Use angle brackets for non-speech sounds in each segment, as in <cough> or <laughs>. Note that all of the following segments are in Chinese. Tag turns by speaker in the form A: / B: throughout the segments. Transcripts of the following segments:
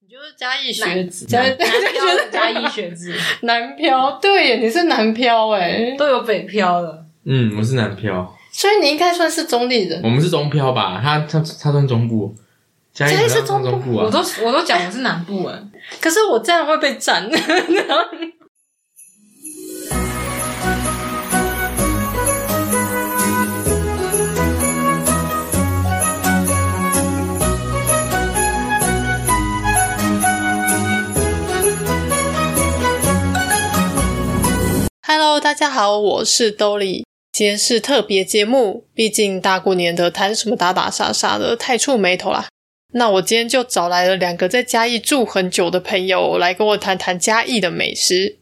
A: 你就是嘉义学子，
B: 南
A: 对对
B: 漂
A: 对
B: 的嘉义学子，
A: 南漂，对耶，你是南漂哎，
B: 都有北漂了。
C: 嗯，我是南漂，
A: 所以你应该算是中立人。
C: 我们是中漂吧？他他他算中部，嘉
A: 嘉义
C: 义
A: 是
C: 不算
A: 中部
C: 中部
B: 我都
C: 啊。
B: 我都讲我是南部哎，
A: 可是我这样会被斩。Hello，大家好，我是兜里。今天是特别节目，毕竟大过年的谈什么打打杀杀的，太触眉头啦。那我今天就找来了两个在嘉义住很久的朋友来跟我谈谈嘉义的美食。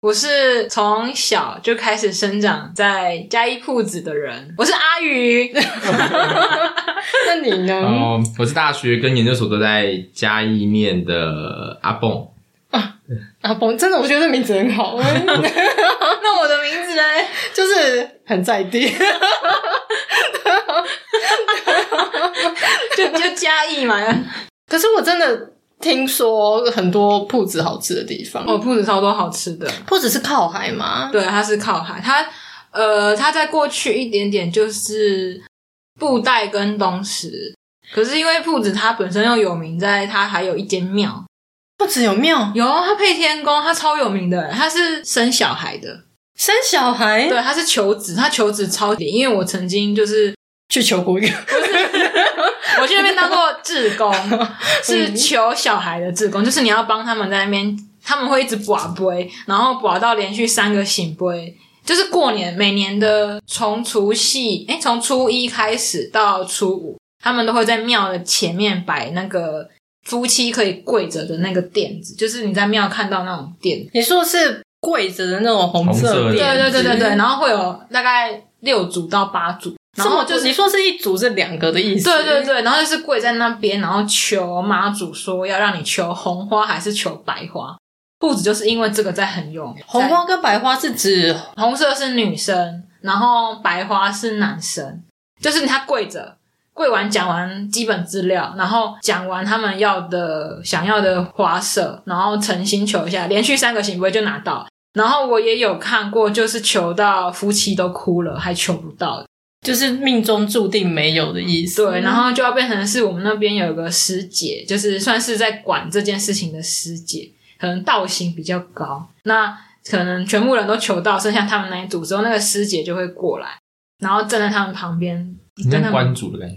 B: 我是从小就开始生长在嘉义铺子的人，我是阿鱼。
A: <laughs> 那你
B: 嗯
C: 然
A: 呢？
C: 后嗯哦我是大学跟研究所都在嘉义念的阿蹦，
A: 阿鹏，啊真的我觉得这名字很
B: <laughs>
A: 好，<laughs>
B: 那我的名字呢？
A: 就是很在地。
B: <laughs>
A: <laughs>
B: 就就嘉义嘛。
A: 可是我真的听说很多铺子好吃的地方，
B: 我铺子超多好吃的，
A: 铺子是靠海吗？
B: 对，它是靠海，它呃，它在过去一点点就是布袋跟东石，可是因为铺子它本身又有名，在它还有一间庙，
A: 铺子有庙，
B: 有它配天宫，它超有名的，它是生小孩的，
A: 生小孩
B: 对，它是求子，它求子超级，因为我曾经就是
A: 去求过一个，
B: 我去那边当过志
A: <laughs>
B: 工，
A: 嗯
B: 是求小孩的志工，就是你要帮他们在那边，他们会一直拔杯，然后拔到连续三个醒杯，就是过年每年的从除夕，哎，从初一开始到初五，他们都会在庙的前面摆那个夫妻可以跪着的那个垫子，就是你在庙看到那种垫子，
A: 你说是跪着的那种红
C: 红色的
A: 垫
B: 对
A: 子
B: 对对对对，然后会有大概六组到八组，然
A: 这么
B: 后
A: 就
B: 就是
A: 是你说是一组是两个的意思？
B: 对对对，然后就是跪在那边，然后求妈祖说要让你求红花还是求白花。铺子就是因为这个在很有名，
A: 红花跟白花是指
B: 在红色是女生，然后白花是男生，就是他跪着。跪完讲完基本资料，然后讲完他们要的想要的花色，然后诚心求一下，连续三个行为就拿到。然后我也有看过，就是求到夫妻都哭了，还求不到的
A: 就是命中注定没有的意思。
B: 对，然后就要变成是我们那边有个师姐，就是算是在管这件事情的师姐，可能道行比较高。那可能全部人都求到，剩下他们那一组之后，那个师姐就会过来，然后站在他们旁边，
C: 你
B: 跟
C: 像
B: 他
C: 关
B: 们
C: 主的感觉，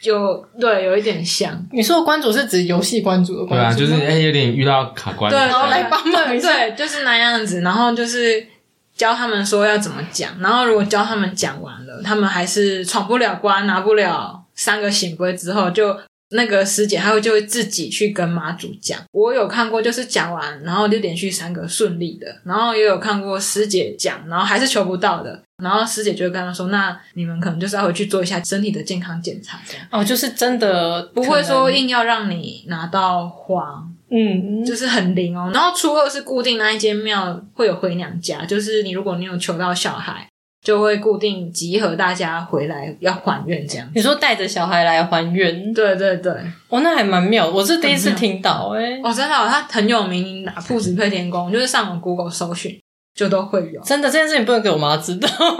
B: 就对有一点像。
A: 你说的关主是指游戏关主的
C: 对
A: 关
C: 啊，
A: 主，
C: 就是哎、有点遇到卡关，
B: 对，哦
A: 然后来帮忙一
B: 对
A: 下
B: <laughs> 对，就是那样子，然后就是教他们说要怎么讲，然后如果教他们讲完了，他们还是闯不了关，拿不了三个醒杯之后，就那个师姐她会就会自己去跟妈祖讲。我有看过，就是讲完，然后就连续三个顺利的，然后也有看过师姐讲，然后还是求不到的。然后师姐就会跟他说：“那你们可能就是要回去做一下身体的健康检查，这样
A: 哦，就是真的
B: 不会说
A: 可能
B: 硬要让你拿到花。”
A: 嗯，
B: 就是很灵哦。然后初二是固定那一间庙会有回娘家，就是你如果你有求到小孩，就会固定集合大家回来要还愿这样。
A: 你说带着小孩来还原，
B: 对对对，
A: 哦，那还蛮妙，我是第一次
B: 很妙
A: 听到哎、
B: 哦，真的、哦，它很有名，打铺子配天宫，就是上网 Google 搜寻就都会有。
A: 真的这件事情不能给我妈知
B: <laughs>
A: 道，
B: 他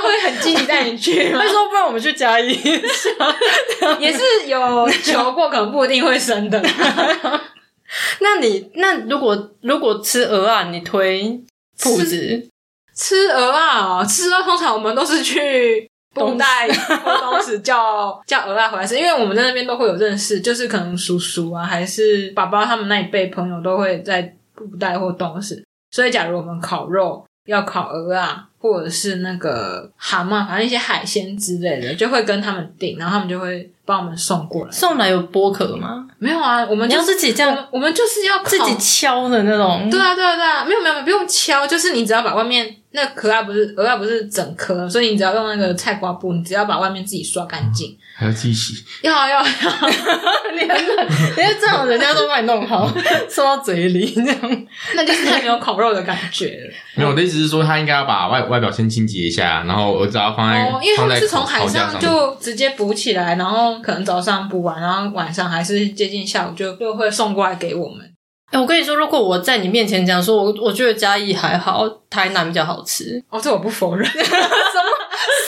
B: 会很积极带你去吗
A: 她？说不然我们去嘉义。
B: <laughs> 也是有求过，可能不一定会生的。
A: 那你那如果如果吃鹅啊，你推铺子
B: 吃鹅啊、哦，吃鹅通常我们都是
A: <laughs>
B: 去布袋或东石叫叫鹅啊回来吃，因为我们在那边都会有认识，就是可能叔叔啊，还是爸爸他们那一辈朋友都会在布袋或东石，所以假如我们烤肉要烤鹅啊，或者是那个蛤蟆，反正一些海鲜之类的，就会跟他们订，然后他们就会帮我们送过来。
A: 送来有剥壳吗？
B: 没有啊，我们
A: 你
B: 就
A: 要
B: 是
A: 自己这
B: 我
A: 样
B: 们我们就是要
A: 自己
B: 烤
A: 敲的那种，
B: 对啊，对啊，对啊，没有没有，没有不用敲，就是你只要把外面那个壳啊，不是鹅啊，不是整颗，所以你只要用那个菜瓜布，你只要把外面自己刷干净。
C: 还要自己洗，
B: 要啊要啊要啊，
A: 你很冷，因为这种人家都把你弄好，送到嘴里这样。
B: 那就是太没有烤肉的感觉
C: <laughs>
B: 了。
C: 没有，我的意思是说，他应该要把外外表先清洁一下，然后我只要哎放在
B: 哦，因为他们是从
C: 放在烤
B: 海
C: 烤
B: 上
C: 架上
B: 就直接补起来，然后可能早上补完，然后晚上还是接近下午就就会送过来给我们。
A: 哎、我跟你说，如果我在你面前讲说，我我觉得嘉义还好，台南比较好吃，
B: 哦，这我不否
C: <laughs>
B: 认。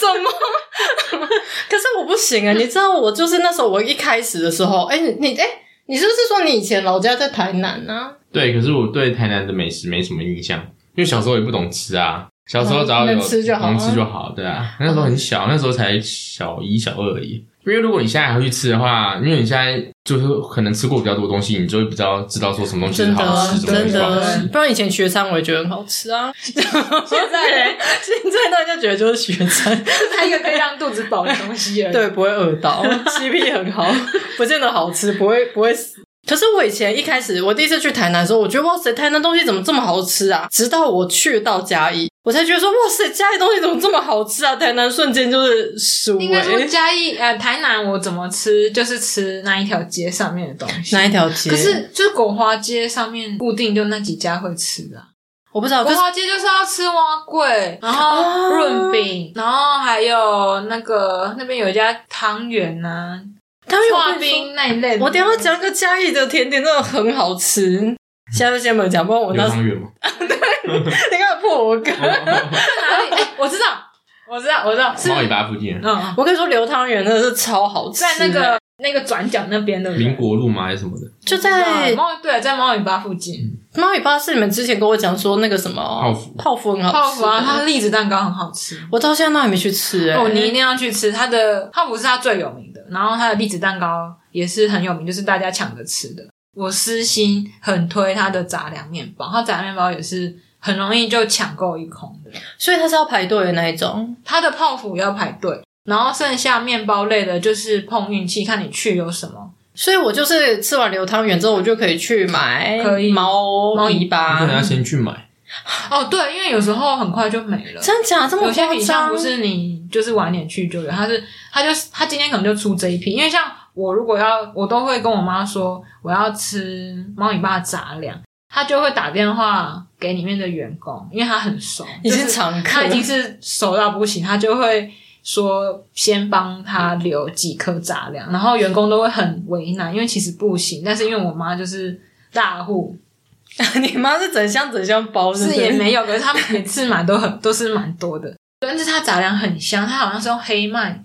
A: 什么？可是我不行啊，你知道，我就是那时候我一开始的时候，哎、你你哎、你是不是说你以前老家在台南啊？
C: 对，可是我对台南的美食没什么印象，因为小时候也不懂吃啊。小时候只要有
A: 嗯能吃就好
C: 能吃就好，对啊。那时候很小，那时候才小一、小二而已。因为如果你现在还会去吃的话，因为你现在就是可能吃过比较多东西，你就会比较知道说什么东西是
A: 真的
C: 好
A: 啊
C: 吃，什么东
A: 真
C: 西不好
A: 的
C: 吃
A: 啊，。不然以前学餐我也觉得很好吃啊，
B: 现在
C: <laughs>
B: 嘞，
A: 现在大家觉得就是学餐，
B: 它一个可以让肚子饱的东西而已。
A: 对，不会饿
B: <laughs>
A: 到，CP 很好，不见得好吃，不会不会死。可是我以前一开始，我第一次去台南的时候，我觉得哇塞，台南东西怎么这么好吃啊！直到我去到嘉义，我才觉得说哇塞，嘉义东西怎么这么好吃啊！台南瞬间就是输
B: 应该说
A: 欸。
B: 嘉义呃台南，我怎么吃就是吃那一条街上面的东西。
A: 哪一条街？
B: 可是就是国华街上面固定就那几家会吃啊。
A: 我不知哦道，可
B: 国
A: 是
B: 华街就是要吃蛙桂，然后
A: 哦
B: 润饼，然后还有那个那边有一家汤圆呐、
A: 他们有
B: 刨
A: 跟你说
B: 冰那一类的。
A: 我等一下讲个嘉义的甜点，真的很好吃。现在就先不讲，不然我
C: 牛
A: 那时候
C: 汤圆吗？
A: <laughs> 你看破我梗。
B: 哪里？ <laughs> 哎、我知道，我知道，我知道，是
C: 猫尾巴附近，
A: <laughs>
B: 嗯，
A: 我跟你说，刘汤圆真的是超好吃，
B: 在那个那个转角那边的
C: 林国路吗？还是什么的？
A: 就在
B: 猫对，啊在猫尾巴附近，
A: 猫尾巴是你们之前跟我讲说那个什么
C: 泡芙
A: 泡芙很好吃，
B: 泡芙啊，它的栗子蛋糕很好吃。
A: 我到现在都还没去吃哎、
B: 哦，你一定要去吃它的泡芙是它最有名的，然后它的栗子蛋糕也是很有名，就是大家抢着吃的。我私心很推它的杂粮面包，它杂粮面包也是很容易就抢购一空的。
A: 所以它是要排队的那一种。
B: 它的泡芙要排队，然后剩下面包类的就是碰运气，看你去有什么。
A: 所以我就是吃完牛汤圆之后，我就可以去买
B: 可以
A: 毛
B: 猫
A: 尾
C: 你可能要
A: 巴。
C: 先去买。
B: 哦，对，因为有时候很快就没了。
A: 真假这么
B: 有些
A: 夸
B: 品相
A: 张
B: 不？是你就是晚点去就有，他是他就是他今天可能就出这一批，因为像我如果要我都会跟我妈说我要吃猫尾巴杂粮，他就会打电话给里面的员工，因为他很熟，
A: 已经
B: 就是
A: 常客
B: 他已经是熟到不行，他就会说先帮他留几颗杂粮，然后员工都会很为难，因为其实不行，但是因为我妈就是大户，
A: <laughs> 你妈是整箱整箱包是不
B: <laughs> 是
A: 是
B: 也没有，可是他每次买都很都是蛮多的，但是它杂粮很香，它好像是用黑麦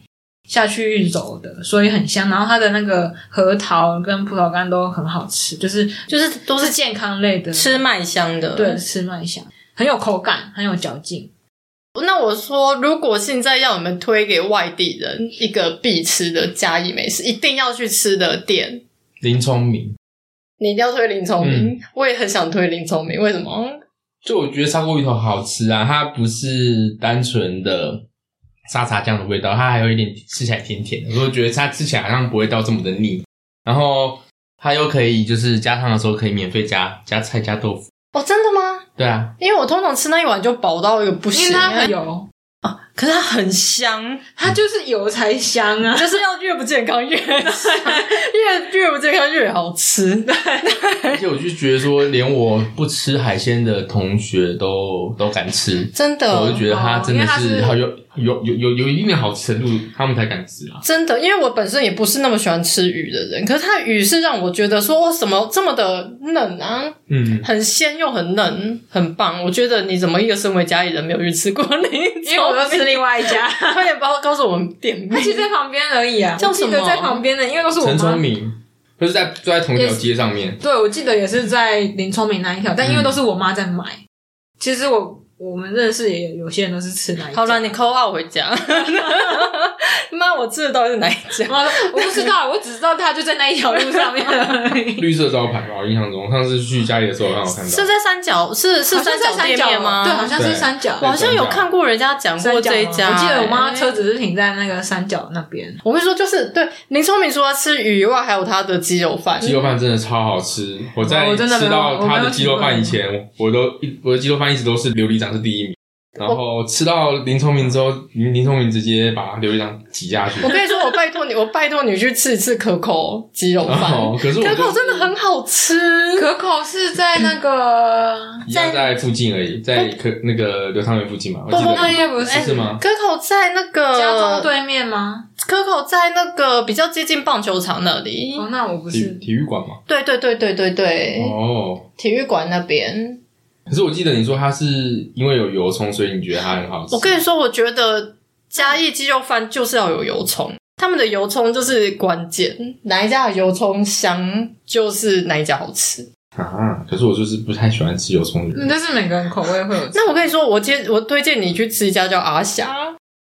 B: 下去揉的，所以很香。然后它的那个核桃跟葡萄干都很好吃，就是
A: 就是都
B: 都是
A: 是
B: 健康类的，
A: 吃麦香的。
B: 对吃麦香，很有口感，很有嚼劲。
A: 那我说，如果现在要你们推给外地人一个必吃的嘉义美食，一定要去吃的店，
C: 林聪明，
A: 你一定要推林聪明。
C: 嗯
A: 我也很想推林聪明，为什么？
C: 就我觉得砂锅鱼头好吃啊，它不是单纯的沙茶酱的味道，它还有一点吃起来甜甜的，所以我觉得它吃起来好像不会到这么的腻。然后它又可以就是加汤的时候可以免费加加菜加豆腐，
A: 哦，真的吗？
C: 对啊，
A: 因为我通常吃那一碗就饱到一个不行，啊欸
B: 因为它很
A: <laughs>
B: 油，
A: 可是它很香，
B: 它就是油才香
A: <laughs>
B: 啊。
A: 就是要越不健康越 <laughs> 香，越越不健康越好吃。
C: 而且我就觉得说，连我不吃海鲜的同学都都敢吃。
A: 真
C: 我
A: 的
C: 就，觉得它真的是
B: 哦
C: 好有有有有有一定的好程度，他们才敢吃啊。
A: 真的，因为我本身也不是那么喜欢吃鱼的人，可是它的鱼是让我觉得说，哇，什么这么的嫩啊，
C: 嗯，
A: 很鲜又很嫩，很棒。我觉得你怎么一个身为家里人没有去吃过那一
B: 因为我都
A: 种
B: 吃另外一
A: <laughs>
B: 家，
A: 快点帮告诉我们店名
B: 它。其实在旁边而已啊，
A: 叫
B: 我记得
A: 什么
B: 在旁边的，因为都是我
C: 陈
B: 妈
C: 聪明就是在就在同一条街上面，
B: 对，我记得也是在林聪明那一条，但
A: 嗯
B: 因为都是我妈在买。其实我我们认识也有些人都是吃那一家。
A: 好了，你扣二回家。 <laughs> 妈，我吃的到底是哪一家？
B: 我妈说我不知道，我只知道他就在那一条路上面而已。
C: 绿色招牌吧，我印象中上次去家里的时候刚好看到。
A: 是在三角，是 <laughs> 是
B: 好像
A: 三
B: 在
A: 角
B: 三
A: 店
B: 角
A: 面吗？
B: 对，好像是
C: 对
B: 三角。啊
A: 我好像有看过人家讲
B: 三
A: 过
B: 角
A: 这一
B: 吗
A: 家、
B: 我记得我妈
A: 欸
B: 车。子是停在那个三角那边。
A: 我会说，就是对林聪明除了吃鱼以外，还有他的鸡肉 <laughs> 饭。
C: 鸡肉饭真的超好吃，我在
B: 我真的没有
C: 吃到
B: 我没
C: 它
B: 有
C: 的鸡肉饭以
B: 吃
C: 前，我都一我的鸡肉饭一直都是琉璃掌是第一名，然后吃到林聪明之后，林林聪明直接把刘一章挤下去
A: 我。跟你说，我拜托你，我拜托你去吃一次可口鸡肉 <laughs>
C: 然
A: 饭，
C: 后可是我
A: 可
C: 就
A: 口真的很好吃。
B: 可口是在那个
C: 一样在附近而已，在可那个刘汤圆附近嘛，我记
A: 不不
B: 那
A: 哎
B: 应
C: 得
B: 该不
C: 是
B: 是
C: 吗？
A: 可口在那个
B: 家中，对面吗？
A: 可口在那个比较接近棒球场那里。
B: 哦，那我不
C: 体
A: 嗯
B: 是。
C: 体育馆嘛。
A: 对对对对对对，
C: 哦，
A: 体育馆那边。
C: 可是我记得你说它是因为有油葱，所以你觉得它很好吃。
A: 我跟你说，我觉得嘉义鸡肉饭就是要有油葱，他们的油葱就是关键，哪一家的油葱香就是哪一家好吃。
C: 啊，可是我就是不太喜欢吃油葱的
B: 嗯
C: 人。
B: 但是每个人口味会有。
A: 那我跟你说，我接我推荐你去吃一家叫阿霞，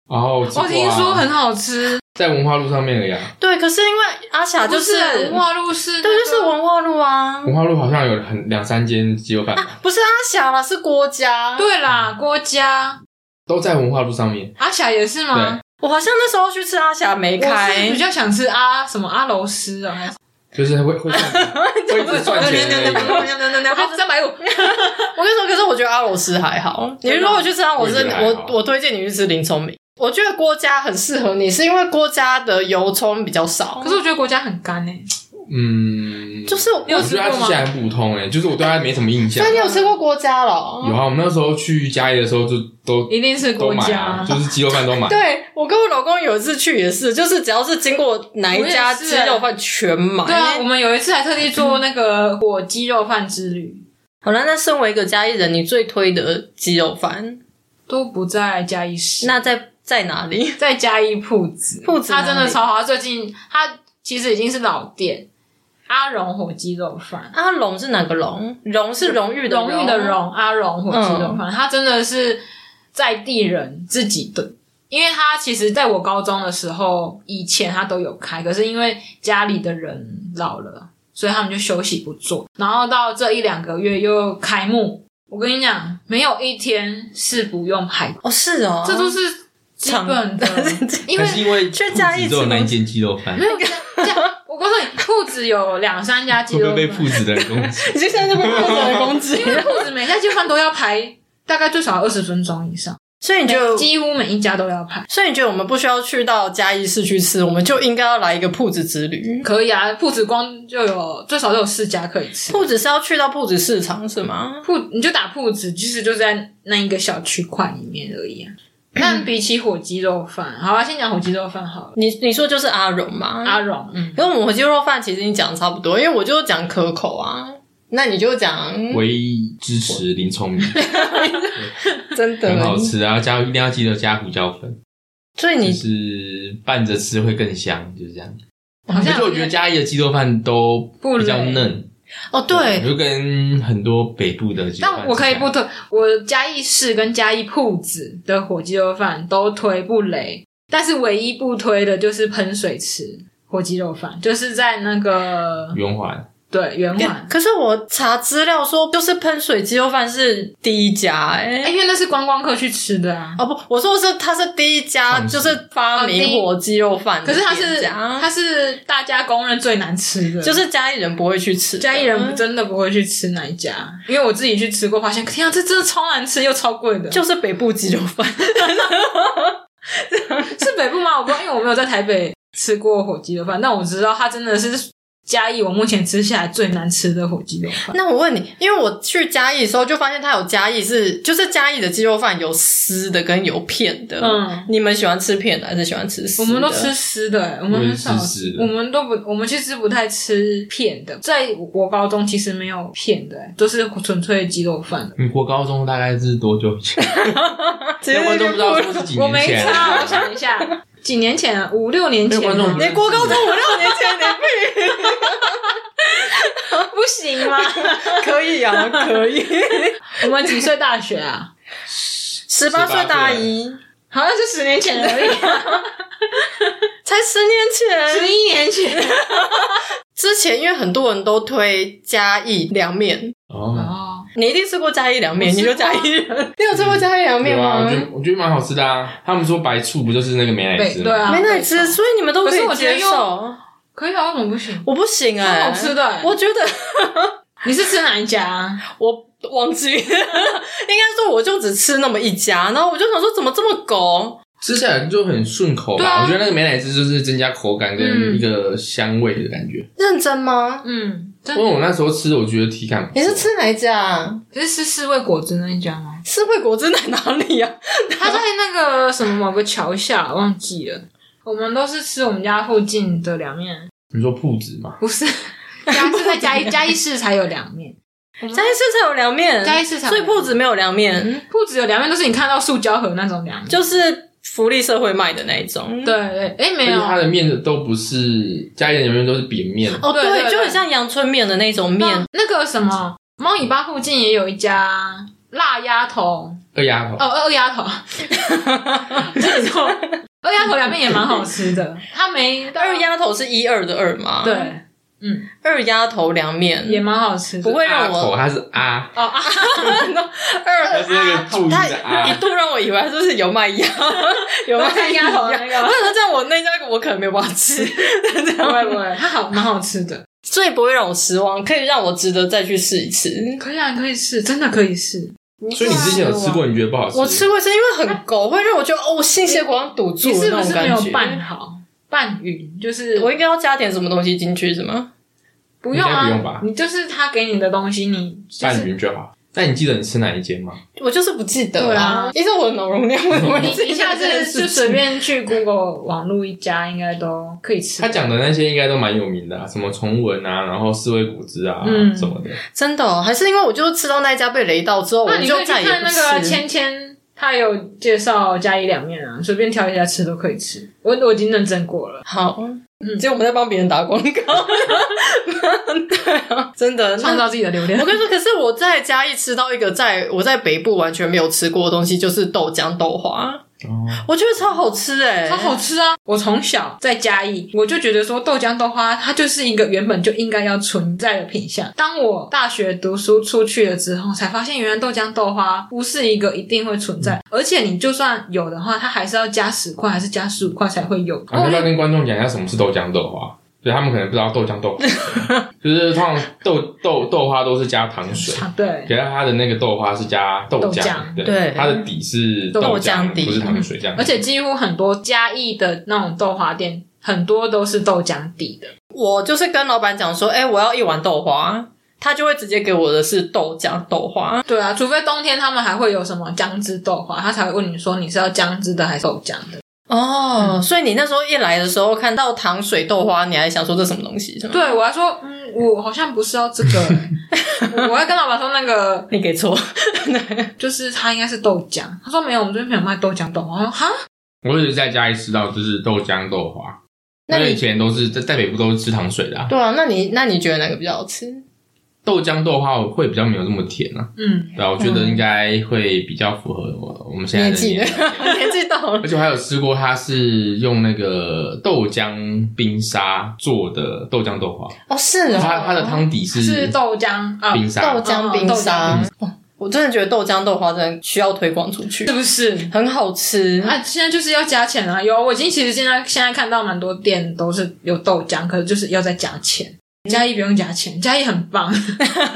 C: 哦，
B: 我听说很好吃，
C: 在文化路上面而已啊。
A: 对，可是因为阿霞就
B: 不
A: 是
B: 是文化路是那个，
A: 对，就是文化路啊，
C: 文化路好像有很两三间鸡肉饭，
A: 不是阿霞啦，是郭家。，
B: 对啦，郭家
C: 都在文化路上面。
B: 阿霞也是吗？
A: 我好像那时候去吃阿霞没
B: 我是
A: 开
B: 比，较想吃阿什么阿楼斯啊，还
C: <laughs>
B: 是
C: 就是会会赚钱会一直赚钱的那个。
A: 三百五。我跟你说，可是我觉得阿罗斯还好。你如果去吃阿罗
C: 我也
A: 斯
C: 觉得，还好
A: 我我推荐你去吃林聪明。我觉得郭家很适合你，是因为郭家的油葱比较少。
B: 可是我觉得郭家很干欸诶，
C: 嗯，
A: 就是我，
B: 你有
C: 我
B: 吃
C: 觉得
B: 过
C: 它吃
B: 吗
C: 起来很普通哎、就是我对它没什么印象
A: 所以。你有吃过郭家了哦？
C: 有啊，我们那时候去嘉义的时候就都
B: 一定是
C: 都
B: 郭
C: 买
B: 家
C: 啊，。就是鸡肉饭都买。
A: 对我跟我老公有一次去也是，就是只要是经过哪一家
B: 我也是欸
A: 鸡肉饭全买。
B: 对啊，我们有一次还特地做那个火鸡肉饭之旅，
A: 好了，那身为一个嘉义人，你最推的鸡肉饭，
B: 都不在嘉义市，
A: 那在在哪里？ <laughs>
B: 在嘉义铺子，
A: 铺子
B: 它真
A: 哪
B: 的
A: 里
B: 超好。它最近它其实已经是老店，阿荣火鸡肉饭，
A: 阿啊龙是哪个龙？荣是荣嗯誉的
B: 荣誉的，荣，阿荣火鸡肉饭，它真的是在地人自己的。因为它其实在我高中的时候，以前它都有开，可是因为家里的人老了，所以他们就休息不做。然后到这一两个月又开幕，我跟你讲，没有一天是不用排，
A: 哦是哦，
B: 这都是基本
A: <laughs>
B: 的
A: 常。
B: 因为
C: 还是因为
A: 去嘉义
C: 铺子只有
A: 吃
C: 那一
A: 东
C: 间鸡肉饭
B: 没，有这样，这样我告诉你，兔子有两三家鸡
C: 会不
B: 肉
C: 会
B: 饭，
C: 被铺子的人攻击？
A: <laughs> 你就现在就被陌生人攻击
B: 因为兔子每家鸡肉饭都要排大概最少二十分钟以上，
A: 所以你就，
B: 几乎每一家都要排。
A: 所以你觉得我们不需要去到嘉义市去吃，我们就应该要来一个铺子之旅。
B: 可以啊，兔子光就有最少都有四家可以吃。
A: 铺子是要去到铺子市场是吗？
B: 铺你就打铺子，其实就在那一个小区块里面而已啊。但比起火鸡肉饭，好啊，先讲火鸡肉饭好了。
A: 你你说就是阿荣吗？
B: 阿荣，
A: <laughs>
B: 嗯，
A: 可是我们火鸡肉饭其实你讲的差不多，因为我就讲可口啊，那你就讲
C: 唯一支持林聪明，
A: 真的
C: 很好吃啊！加一定要记得加胡椒粉，
A: 所以
C: 就
A: 你
C: 是拌着吃会更香，就是这样。
B: 好
C: 而
B: 像
C: 且我觉得嘉义的鸡肉饭都
B: 不
C: 比较
B: 累
C: 嫩，
A: 哦对，
C: 就跟很多北部的鸡肉饭
B: 但我可以
C: 吃起
B: 不
C: 来
B: 推，我嘉义市跟嘉义铺子的火鸡肉饭都推不雷，但是唯一不推的就是喷水池火鸡肉饭，就是在那个
C: 圆环，
B: 对圆环，
A: 可是我查资料说，就是喷水鸡肉饭是第一家哎、
B: 哎、因为那是观光客去吃的啊。
A: 哦不，我说是它是第一家，
C: 创始
A: 就是发明火鸡肉饭的
B: 哦可是它
A: 店
B: 是
A: 家，
B: 它是大家公认最难吃的，
A: 就是嗯嘉义人不会去吃的，
B: 嘉义人真的不会去吃那一家，因为我自己去吃过，发现天啊，这真的超难吃又超贵的。
A: 就是北部鸡肉饭，
B: 是北部吗？我不知道，因为我没有在台北吃过火鸡肉饭，但我知道它真的是嘉义我目前吃下来最难吃的火鸡肉饭。
A: <laughs> 那我问你，因为我去嘉义的时候就发现它有嘉义是，就是嘉义的鸡肉饭有丝的跟有片的。
B: 嗯，
A: 你们喜欢吃片的还是喜欢吃丝
B: 我
A: 的？
B: 们都吃湿的、欸，我们
C: 我也
B: 很
C: 是
B: 少
C: 吃
B: 吃
C: 湿，的
B: 我们都不，我们其实不太吃片的。在我高中其实没有片的、欸，都是纯粹鸡肉饭的。
C: 你国高中大概是多
B: <laughs>
C: 久以前？
A: 直接
C: 观众不知道是不是几
B: 我
C: 年
B: 没
C: 前？
B: 差，我想一下，几年前啊，五六年前
C: 没有
B: 吗，
C: 观众不
A: 你国高中五六年前你不
B: <laughs> 不行吗？
A: <laughs> 可以啊，可以。
B: 我们几岁大学啊？
A: <laughs> 十八岁大一，
B: 好像是十年前而已、
A: 才十年
B: <laughs>
A: 前。
B: 十一年前。
A: 之前因为很多人都推嘉义凉面，
C: 哦，
B: 哦，
A: 你一定吃过嘉义凉面，
B: 我
A: 你
B: 吃过
A: 就嘉义人。你有吃过嘉义凉面
C: 有啊，
A: 吗
C: 我？觉得我觉得蛮好吃的啊。他们说白醋不就是那个美乃滋
B: 对
C: 吗？
B: 对啊，
A: 没奶吃，所以你们都
B: 可是
A: 以
B: 我觉得
A: 接
B: 又
A: 受。
B: 可以啊，为什么不行？
A: 我不行哎、
B: 超好吃的欸
A: 我觉得
B: 你是吃哪一家啊？
A: 我忘记，应该说我就只吃那么一家，然后我就想说怎么这么狗？
C: 吃起来就很顺口
A: 对
C: 吧？
A: 啊
C: 我觉得那个美乃滋就是增加口感跟一个香味的感觉。
A: 认真吗？
B: 嗯，但
C: 因为我那时候吃，我觉得体感不错
A: 你是吃哪一家啊？
B: 是是四味果汁那一家吗？
A: 四惠果汁在哪里啊呀、
B: 他在那个什么某个桥下，忘记了。我们都是吃我们家附近的凉面，
C: 你说铺子嘛？
B: 不是家是在嘉义嘉义市才有凉面，
A: 嘉义市场有凉面，
B: 嘉义市场
A: 所以铺子没有凉面，
B: 嗯，不只有凉面，都是你看到塑胶盒那种凉面。
A: 就是福利社会卖的那一种。
B: 对对，哎没
C: 而且
B: 有，
C: 它的面都不是家里的面都是扁面，
A: 哦，
B: 对对对
A: 就很像阳春面的那种面
B: 那。那个什么猫尾巴附近也有一家辣鸭头，
C: 二丫头。
B: 哦二二丫头， <laughs>
A: <laughs>
B: 没错，二丫头凉面也蛮好吃的，它没
A: <laughs> 二丫头是一二的二吗？，
B: 对
A: 二丫头凉
B: 也
A: 面
B: 蛮好吃的，啊
A: 不会让
C: 阿头
A: 我
C: 它是阿，
B: 哦
A: <laughs>
B: 啊，
A: 二，啊
C: 它是那个注意
A: 他
C: 的
A: 一
C: 阿。
A: 度让我以为他就是有卖
B: <laughs>
A: 鸭，有卖
B: 鸭头啊那
A: 我
B: 个，
A: 想说这样我 <laughs> 那家我可能没有办法
B: <laughs>
A: 吃，
B: 不会不会，它好蛮好吃的，
A: 所以不会让我失望，可以让我值得再去试一次。
B: 可以啊，可以试，真的可以试。
C: 所以你之前有吃过，你觉得不好吃？
A: 我吃过一次，因为很狗，会让我觉得哦，心血管堵住
B: 你
A: 的
B: 是
A: 那
B: 不
A: 种
B: 是没
A: 感
B: 有
A: 觉。
B: 拌好拌匀？就是
A: 我应该要加点什么东西进去是吗？
B: 不用
C: 应该
B: 啊，
C: 不用吧
B: 你就是他给你的东西，你就是
C: 拌匀就好。那你记得你吃哪一间吗？
A: 我就是不记得
B: 对啊
A: 依照我的脑容量，我怎么会
B: 你
A: 记
B: 你
A: 得
B: 下
A: 这件
B: 次
A: 事
B: 就随
A: 情？
B: 便去 Google 网络一家，应该都可以吃
C: 他。讲的那些应该都蛮有名的、啊，什么崇文啊，然后四味果汁啊，
B: 嗯
C: 什么的。
A: 真的哦、还是因为我就吃到那一家被雷到之后，
B: 那
A: 我
B: 你
A: 哦就
B: 可以去
A: 再也
B: 看
A: 不
B: 那个
A: 吃。
B: 芊芊，他有介绍嘉义凉面啊，随便挑一家吃都可以吃。我我已经认证过了，
A: 好，嗯，结果我们在帮别人 <laughs> 打广告，对啊，真的。
B: 创
A: 那
B: 造自己的流量
A: 我。跟你说，可是我在嘉义吃到一个在我在北部完全没有吃过的东西，就是豆浆豆花，
C: 哦，
A: 我觉得超好吃哎、
B: 超好吃啊！我从小在嘉义，我就觉得说豆浆豆花它就是一个原本就应该要存在的品相。当我大学读书出去了之后，才发现原来豆浆豆花不是一个一定会存
A: 嗯
B: 在，而且你就算有的话，它还是要加十块还是加十五块才会有。
C: 啊，那要不要跟观众讲一下什么是豆浆豆花？对他们可能不知道豆浆豆花，就是通常豆豆豆花都是加糖水，
B: 啊，对，
C: 可是它的那个豆花是加豆
B: 豆
C: 浆，
B: 浆
C: 对，
A: 对
C: 它的底是
A: 豆
C: 豆
A: 浆底
C: 不是糖水这样。
B: 而且几乎很多嘉义的那种豆花店，很多都是豆浆底的。
A: 我就是跟老板讲说，哎、我要一碗豆花，他就会直接给我的是豆浆豆花。
B: 对啊，除非冬天他们还会有什么姜汁豆花，他才会问你说你是要姜汁的还是豆浆的。
A: 哦，所以你那时候一来的时候看到糖水豆花，你还想说这什么东西是吗？，
B: 对，我还说，嗯，我好像不是要这个，我我要跟老板说那个，
A: 你给错。
B: 就是他应该是豆浆。他说没有，我们这边没有卖豆浆豆花。我说哈，
C: 我也是在家里吃到就是豆浆豆花，
A: 那
C: 那
A: 你
C: 以前都是在在北部都是吃糖水的、啊。
A: 对啊，那你那你觉得哪个比较好吃？
C: 豆浆豆花会比较没有这么甜啊，
B: 嗯，
C: 对啊，我觉得应该会比较符合我我们现在
A: 年
C: 的
A: 纪
C: 年
A: 了
B: <laughs>
C: 代。，
A: 年纪到了
C: 而。且我还有吃过，它是用那个豆浆冰沙做的豆浆豆花，
A: 哦，是
C: 它
A: 啊，
C: 它的汤底
B: 是豆浆啊，
C: 冰沙，
A: 豆浆冰沙
B: 哦。
A: 哦我真的觉得豆浆豆花真的需要推广出去
B: 是，不是？
A: 很好 <laughs> 吃。
B: 啊，现在就是要加钱啊！有，我已经其实现在现在看到蛮多店都是有豆浆，可是就是要再加钱。嘉义不用加钱，嘉义很棒。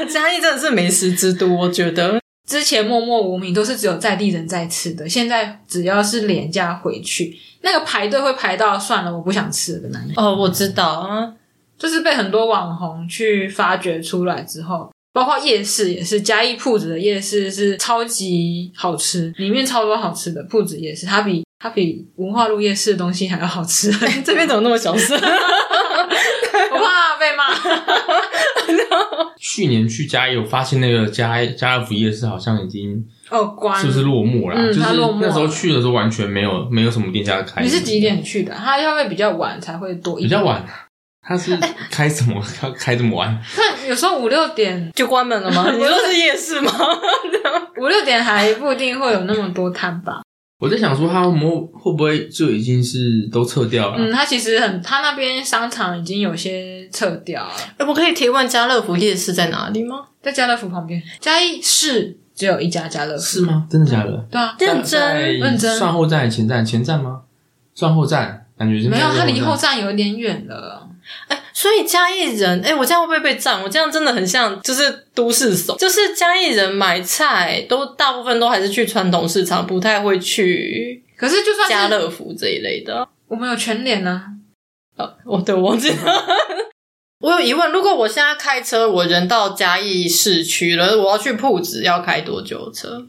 A: 嘉义真的是美食之都，我觉得
B: 之前默默无名都是只有在地人在吃的，现在只要是廉价回去，那个排队会排到算了，我不想吃的那一种
A: 哦，我知道啊，
B: 就是被很多网红去发掘出来之后，包括夜市也是，嘉义铺子的夜市是超级好吃，里面超多好吃的铺子夜市，它比它比文化路夜市的东西还要好吃， <laughs>
A: 这边怎么那么小 <laughs> 声？
B: 我怕被骂。
C: 去年去嘉义，我发现那个嘉嘉乐福夜市好像已经
B: 哦，关
C: 是不是落幕啦？
B: 嗯
C: 就是
B: 它落幕了
C: 那时候去的时候完全没有没有什么店家开。
B: 你是几？点去的？它要会比较晚才会多一
C: 比
B: 点，
C: 较。晚。他是
B: 哎
C: 开什么？开开这么晚？
B: 看有时候五六点，
A: 就关门了吗？你说是夜市吗？
B: 五六点还不一定会有那么多摊吧。
C: 我在想说，他们会不会就已经是都撤掉了？
B: 嗯，它其实很，它那边商场已经有些撤掉了，
A: <laughs> 哎我可以提问家乐福夜市在哪里吗？
B: 在家乐福旁边，嘉义市只有一家家乐福。
C: 是吗？真的假的？
B: 对啊，
A: 认
C: 在
A: 真，
B: 认真
C: 算后站、前站、前站吗？算后站，感觉是
B: 没有，
C: 算
B: 它离后
C: 站
B: 站有点远了。
A: 哎，所以嘉义人，哎、我这样会不会被赞？我这样真的很像就是都市怂，就是嘉义人买菜都大部分都还是去传统市场，不太会去
B: 可是就算
A: 家
B: 是
A: 乐福这一类的。
B: 我们有全啊脸呢、
A: 呃，我对我忘记了。 <laughs> 我有疑问，如果我现在开车，我人到嘉义市区了，我要去铺子，要开多久的车？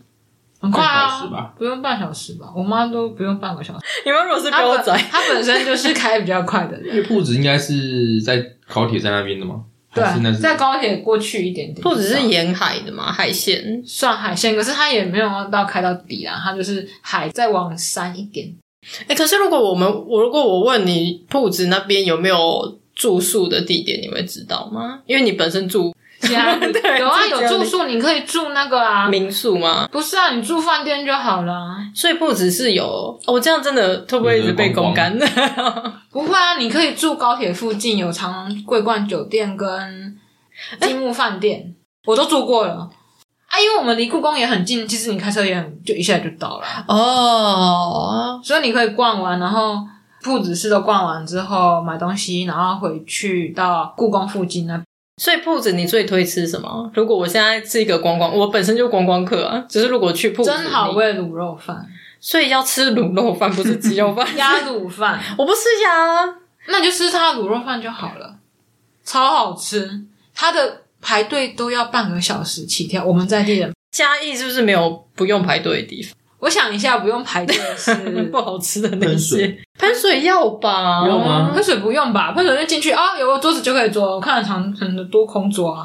B: 很快
C: 半小时吧
B: 啊，不用半小时吧？我妈都不用半个小时。
A: 你们如果是
B: 她
A: 标
B: 本
A: 仔，
B: 她本身就是开比较快
C: <laughs>
B: 的人，
C: 因为铺子应该是在高铁站那边的吗？
B: 对啊
C: 还是那，是
B: 在高铁过去一点点，
A: 铺子是沿海的嘛，海线。
B: 算海线，可是它也没有到开到底啦，它就是海再往山一点。
A: 哎、可是如果我们，我如果我问你铺子那边有没有住宿的地点，你会知道吗？因为你本身住
B: 其他
A: <laughs> 对
B: 有啊，
A: 就
B: 有
A: 只有
B: 住
A: 你
B: 宿，你可以住那个啊。
A: 民宿嘛，
B: 不是啊，你住饭店就好了。啊
A: 所以铺子是有。哦我、这样真的会不会一直被公干？
B: 不会啊，你可以住高铁附近有长荣桂冠酒店跟金木饭店，我都住过了。啊，因为我们离故宫也很近，其实你开车也很就一下就到了，
A: <laughs>
B: 啊
A: 哦，
B: 所以你可以逛完，然后铺子市都逛完之后买东西，然后回去到故宫附近那。
A: 所以铺子你最推吃什么？如果我现在是一个观光，我本身就观光客啊，只是如果去铺子，
B: 真好
A: 味，
B: 味卤肉饭、。
A: 所以要吃卤肉饭，不是鸡肉饭
B: <laughs> 鸭卤饭，
A: 我不吃鸭，
B: <laughs> 那你就吃它的卤肉饭就好了，超好吃。它的排队都要半个小时起跳，我们在地人。
A: 嘉义是不是没有不用排队的地方？
B: 我想一下，不用排队的是
A: <laughs> 不好吃的那
C: 喷
A: 些
C: 水
A: 喷水要吧？
C: 要吗
B: 喷水不用吧？喷水就进去啊、有个桌子就可以坐。我看了长很多空桌啊，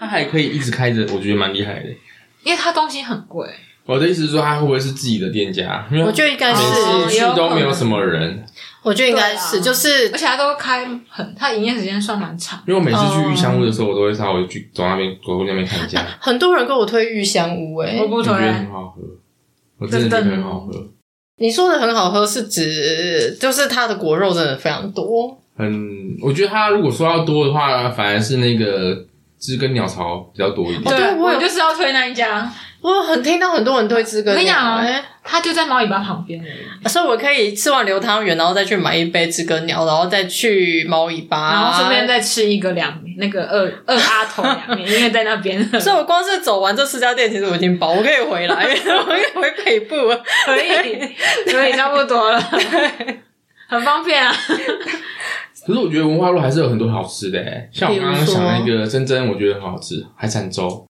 C: 它还可以一直开着，我觉得蛮厉害的。
B: 因为它东西很贵。
C: 我的意思是说，它会不会是自己的店家？因为
A: 我觉得应该
C: 每
A: 是，
B: 哦
C: 次去
B: 有可能
C: 都没有什么人，
A: 我觉得应该是，
B: 对啊
A: 就是
B: 而且它都开很，它营业时间算蛮长。
C: 因为我每次去玉香屋的时候，我都会稍微去走那边走过去那边看一下，
A: 很多人跟我推玉香屋、欸，
B: 我不
C: 我
B: 推
C: 觉，得很好喝，我真的觉得很好喝，
A: 你说的很好喝，是指就是它的果肉真的非常多，
C: 很我觉得它如果说要多的话，反而是那个知跟鸟巢比较多一点。
A: 哦对
B: 对，
A: 我
B: 我
A: 有
B: 就是要推那一家，
A: 我有很听到很多人推知根
B: 我跟你讲
A: 鸟、
B: 啊
A: 欸，
B: 它就在猫尾巴旁边而已。
A: <laughs> 所以我可以吃完流汤圆，然后再去买一杯知根鸟，然后再去猫尾巴，
B: 然后顺便。再吃一个凉面，那个二二阿头
A: <laughs>
B: 凉面，因为在那边
A: 所以，我光是走完这四家店，其实我已经饱，我可以回 <laughs> 来，我可以回北部了。
B: 可以，可以差不多
A: <laughs>
B: 了，很方便啊。
C: 可是我觉得文化路还是有很多好吃的、欸，像我刚
A: 比
C: 刚
A: 如说
C: 想那个珍珍，我觉得很好吃，海产粥。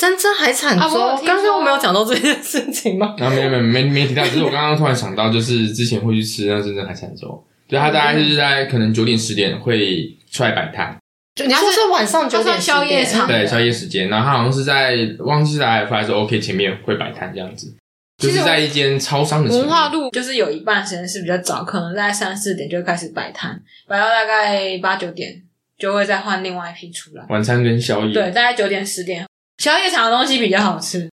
A: 真真海产
B: 啊我有
A: 粥，
B: 听说
A: 刚刚我没有讲到这件事情吗？
C: 然后啊没有没有没没提到，只是我刚刚突然想到，就是之前会去吃那珍珍海产粥，就它大概是在可能九点十点会出来摆摊，
B: 啊
A: 就你说是晚上九点
B: 它是宵夜
A: 10点
B: 场
C: 对，宵夜时间。然后它好像是在忘记是在 F 还是 OK 前面会摆摊这样子，就
B: 其实
C: 是
B: 我
C: 在一间超商的前面
B: 文化路就是有一半时间是比较早，可能在三四点就会开始摆摊，摆到大概八九点就会再换另外一批出来。
C: 晚餐跟宵夜，
B: 对，大概九点十点，宵夜场的东西比较好吃。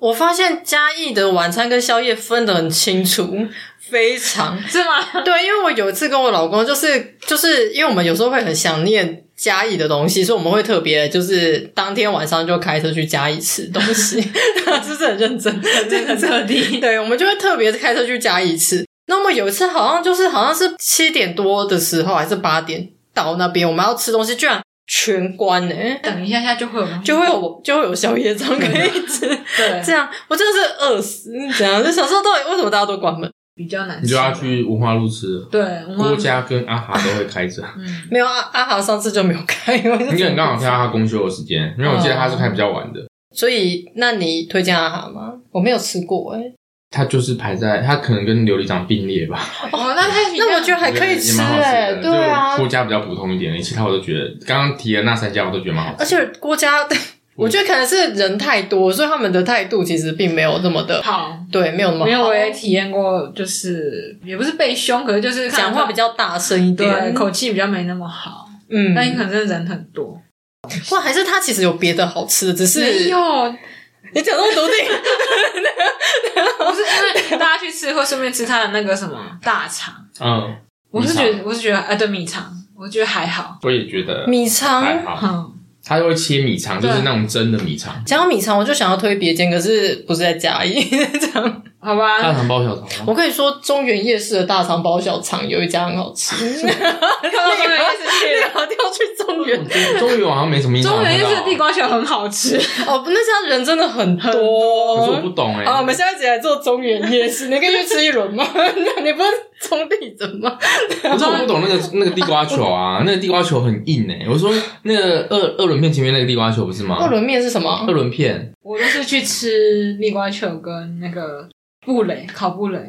A: 我发现嘉义的晚餐跟宵夜分得很清楚，非常
B: 是吗？
A: 对。因为我有一次跟我老公，就是就是因为我们有时候会很想念嘉义的东西，所以我们会特别就是当天晚上就开车去嘉义吃东西， <laughs> 这是很认真，
B: 这个特地，
A: 对，我们就会特别开车去嘉义吃。那么有一次好像就是好像是七点多的时候，还是八点到那边，我们要吃东西，居然全关呢、
B: 等一下下就会有东西
A: 就会有就会有宵夜章可以吃。
B: 对
A: <laughs> 这样我真的是饿死，这样就想说到底为什么大家都关门？
B: 比较难吃。
C: 你就要去文化路吃了。
B: 对文化
C: 郭
B: 路，
C: 家跟阿华都会开着，
B: 嗯，
A: 没有啊阿阿豪上次就没有开，我就
C: 应该很刚好看到他公休的时间，因为我记得他是开比较晚的。
A: 所以那你推荐阿豪吗？我没有吃过哎、
C: 他就是排在，他可能跟琉璃掌并列吧。
B: 哦，那它比较
A: 那我觉得还可以
C: 也蛮好
A: 哎、
C: 的
A: 对啊
C: 就，郭家比较普通一点，其他我都觉得，刚刚提的那三家我都觉得蛮好吃。
A: 而且郭家， <laughs> 我觉得可能是人太多，所以他们的态度其实并没有那么的
B: 好。
A: 对，没有那么
B: 没有，
A: 好
B: 我也体验过，就是也不是被凶，可是就是看
A: 讲话比较大声一
B: 对，
A: 点，
B: 口气比较没那么好。
A: 嗯，
B: 但你可能真的人很多，
A: 或还是他其实有别的好吃的，只是
B: 没有，
A: 你讲那么笃定，
B: 不是因为大家去吃会顺便吃他的那个什么大肠，
C: 嗯，
B: 我是
C: 米肠
B: 觉得我是觉得哎、对米肠，我觉得还好，
C: 我也觉得
A: 米肠啊
C: 还好，
B: 嗯，
C: 他会切米肠，就是那种蒸的米肠。
B: <laughs>
A: 讲到米肠，我就想要推别间，可是不是在嘉义这样。
B: 好
C: 大
B: 吧，
C: 肠包小肠啊吗
A: 我？跟你说，中原夜市的大肠包小肠有一家很好
B: <laughs>
A: 吃，
B: 看到中原夜
A: <laughs>
B: 市去 <laughs> 了。
A: 要去中原
C: 中原好像没什么印象。
B: 中原夜市的地
C: 瓜，
B: 瓜球很好吃，
A: <laughs> 哦，不那家人真的很
B: 很
C: 可是我
A: 多。
C: 不懂哎。
A: 啊，我们下一集来做中原夜市，你可以去吃一轮吗？ <laughs> 你不是中立的吗？
C: 可是我不懂
A: <laughs>
C: 那个那个地瓜球啊，那个地瓜球很硬哎。我说那个二二轮片前面那个地瓜球不是吗？啊
A: 二轮面是什么
C: 二？轮片，
B: <laughs> 我都是去吃地瓜球跟那个布蕾烤布蕾，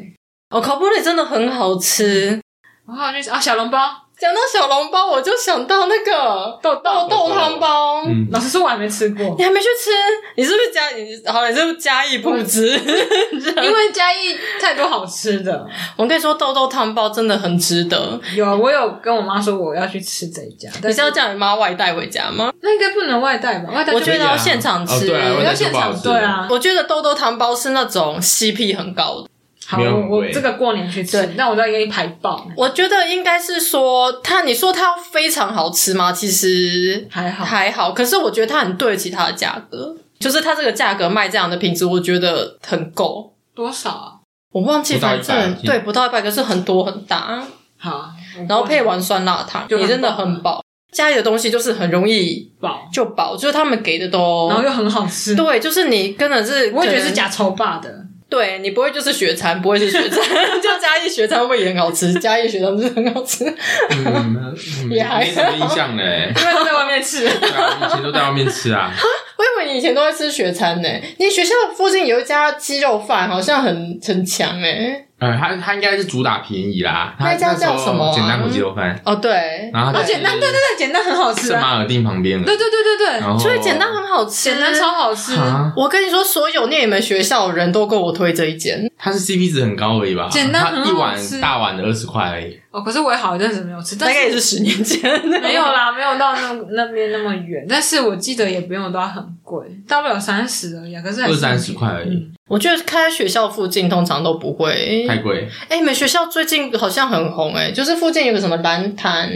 A: 哦，烤布蕾真的很好吃。
B: 我好像去吃啊小笼包，
A: 讲到小笼包，我就想到那个
B: 豆豆
A: 豆豆汤包。
C: 嗯，
B: 老实说我还没吃过，
A: 你还没去吃？你是不是嘉？你好，你是不是嘉义不值？
B: <laughs> 因为嘉义太多好吃的。
A: <laughs> 我跟你说，豆豆汤包真的很值得。
B: 有，我有跟我妈说我要去吃这一家，但
A: 你是
B: 是
A: 要叫你妈外带回家吗？
B: 那应该不能外带吧？外带就
A: 我觉得要
C: 啊
A: 现场吃
C: 哦对啊，
A: 要
C: 外
B: 要
C: 带就
B: 现
C: 不好
B: 场
C: 吃
B: 对。啊。
A: 我觉得豆豆汤包是那种 CP 很高的。
B: 好，
C: 没有
B: 我
C: 很
B: 我
C: 贵
B: 这个过年去吃，那我都要给你排爆。
A: 我觉得应该是说它，你说它非常好吃吗？其实
B: 还好
A: 还好。可是我觉得它很对得起它的价格，就是它这个价格卖这样的品质，我觉得很够。
B: 多少啊？
A: 我忘记，
C: 不到
A: 反
C: 一百
A: 正
C: 其实
A: 对不到一百，可是很多很大，
B: 好，
A: 然后配
B: 我过
A: 完酸辣汤，
B: 就很
A: 你真的很饱。家里的东西就是很容易
B: 年爆，
A: 就饱，就是他们给的都
B: 然后又很好吃。
A: 对，就是你根本是
B: 我也觉得是
A: 假。
B: 假丑霸的，
A: 对你不会就是雪餐，不会是雪
B: <laughs>
A: 餐，就嘉义雪餐会不会也很好吃？嘉义雪餐不是很好吃？
C: 嗯，
A: 也还好
C: 没什么印象嘞。
B: 因为都在外面 <laughs> 吃。
C: 对啊，我以前都在外面吃
A: <laughs>
C: 啊。
A: 我以为你以前都在吃雪餐呢、你学校附近有一家鸡肉饭，好像很很强哎、
C: 呃，他他应该是主打便宜啦。他
A: 那家
C: 时候
A: 叫什么啊
C: 简单卤鸡肉饭，
A: 哦，对，
C: 然后
B: 而
C: 它
B: 且那对对对，简单很好吃
C: 圣
B: 啊。
C: 马尔定旁边的
B: 对，对对对对，
C: 然后
A: 所以简单很好吃，
B: 简单超。好吃。
C: 啊，
A: 我跟你说，所有念你们学校的人都跟我推这一间，
C: 它是 CP 值很高而已吧？
B: 简单很
C: 它
B: 好
C: 一碗
B: 吃
C: 大碗的二十块而已。
B: 哦，可是我也好一阵子没有吃，
A: 大
B: 但
A: 概也
B: 是
A: 是十年前。
B: 没有啦，没有到那那边那么远。但是我记得也不用到很贵，到不了三十而已啊。可是还是
C: 二三十块而已
B: 嗯
A: 我觉得开在学校附近通常都不会。
C: 太贵
A: 哎、你们学校最近好像很红哎、就是附近有个什么蓝潭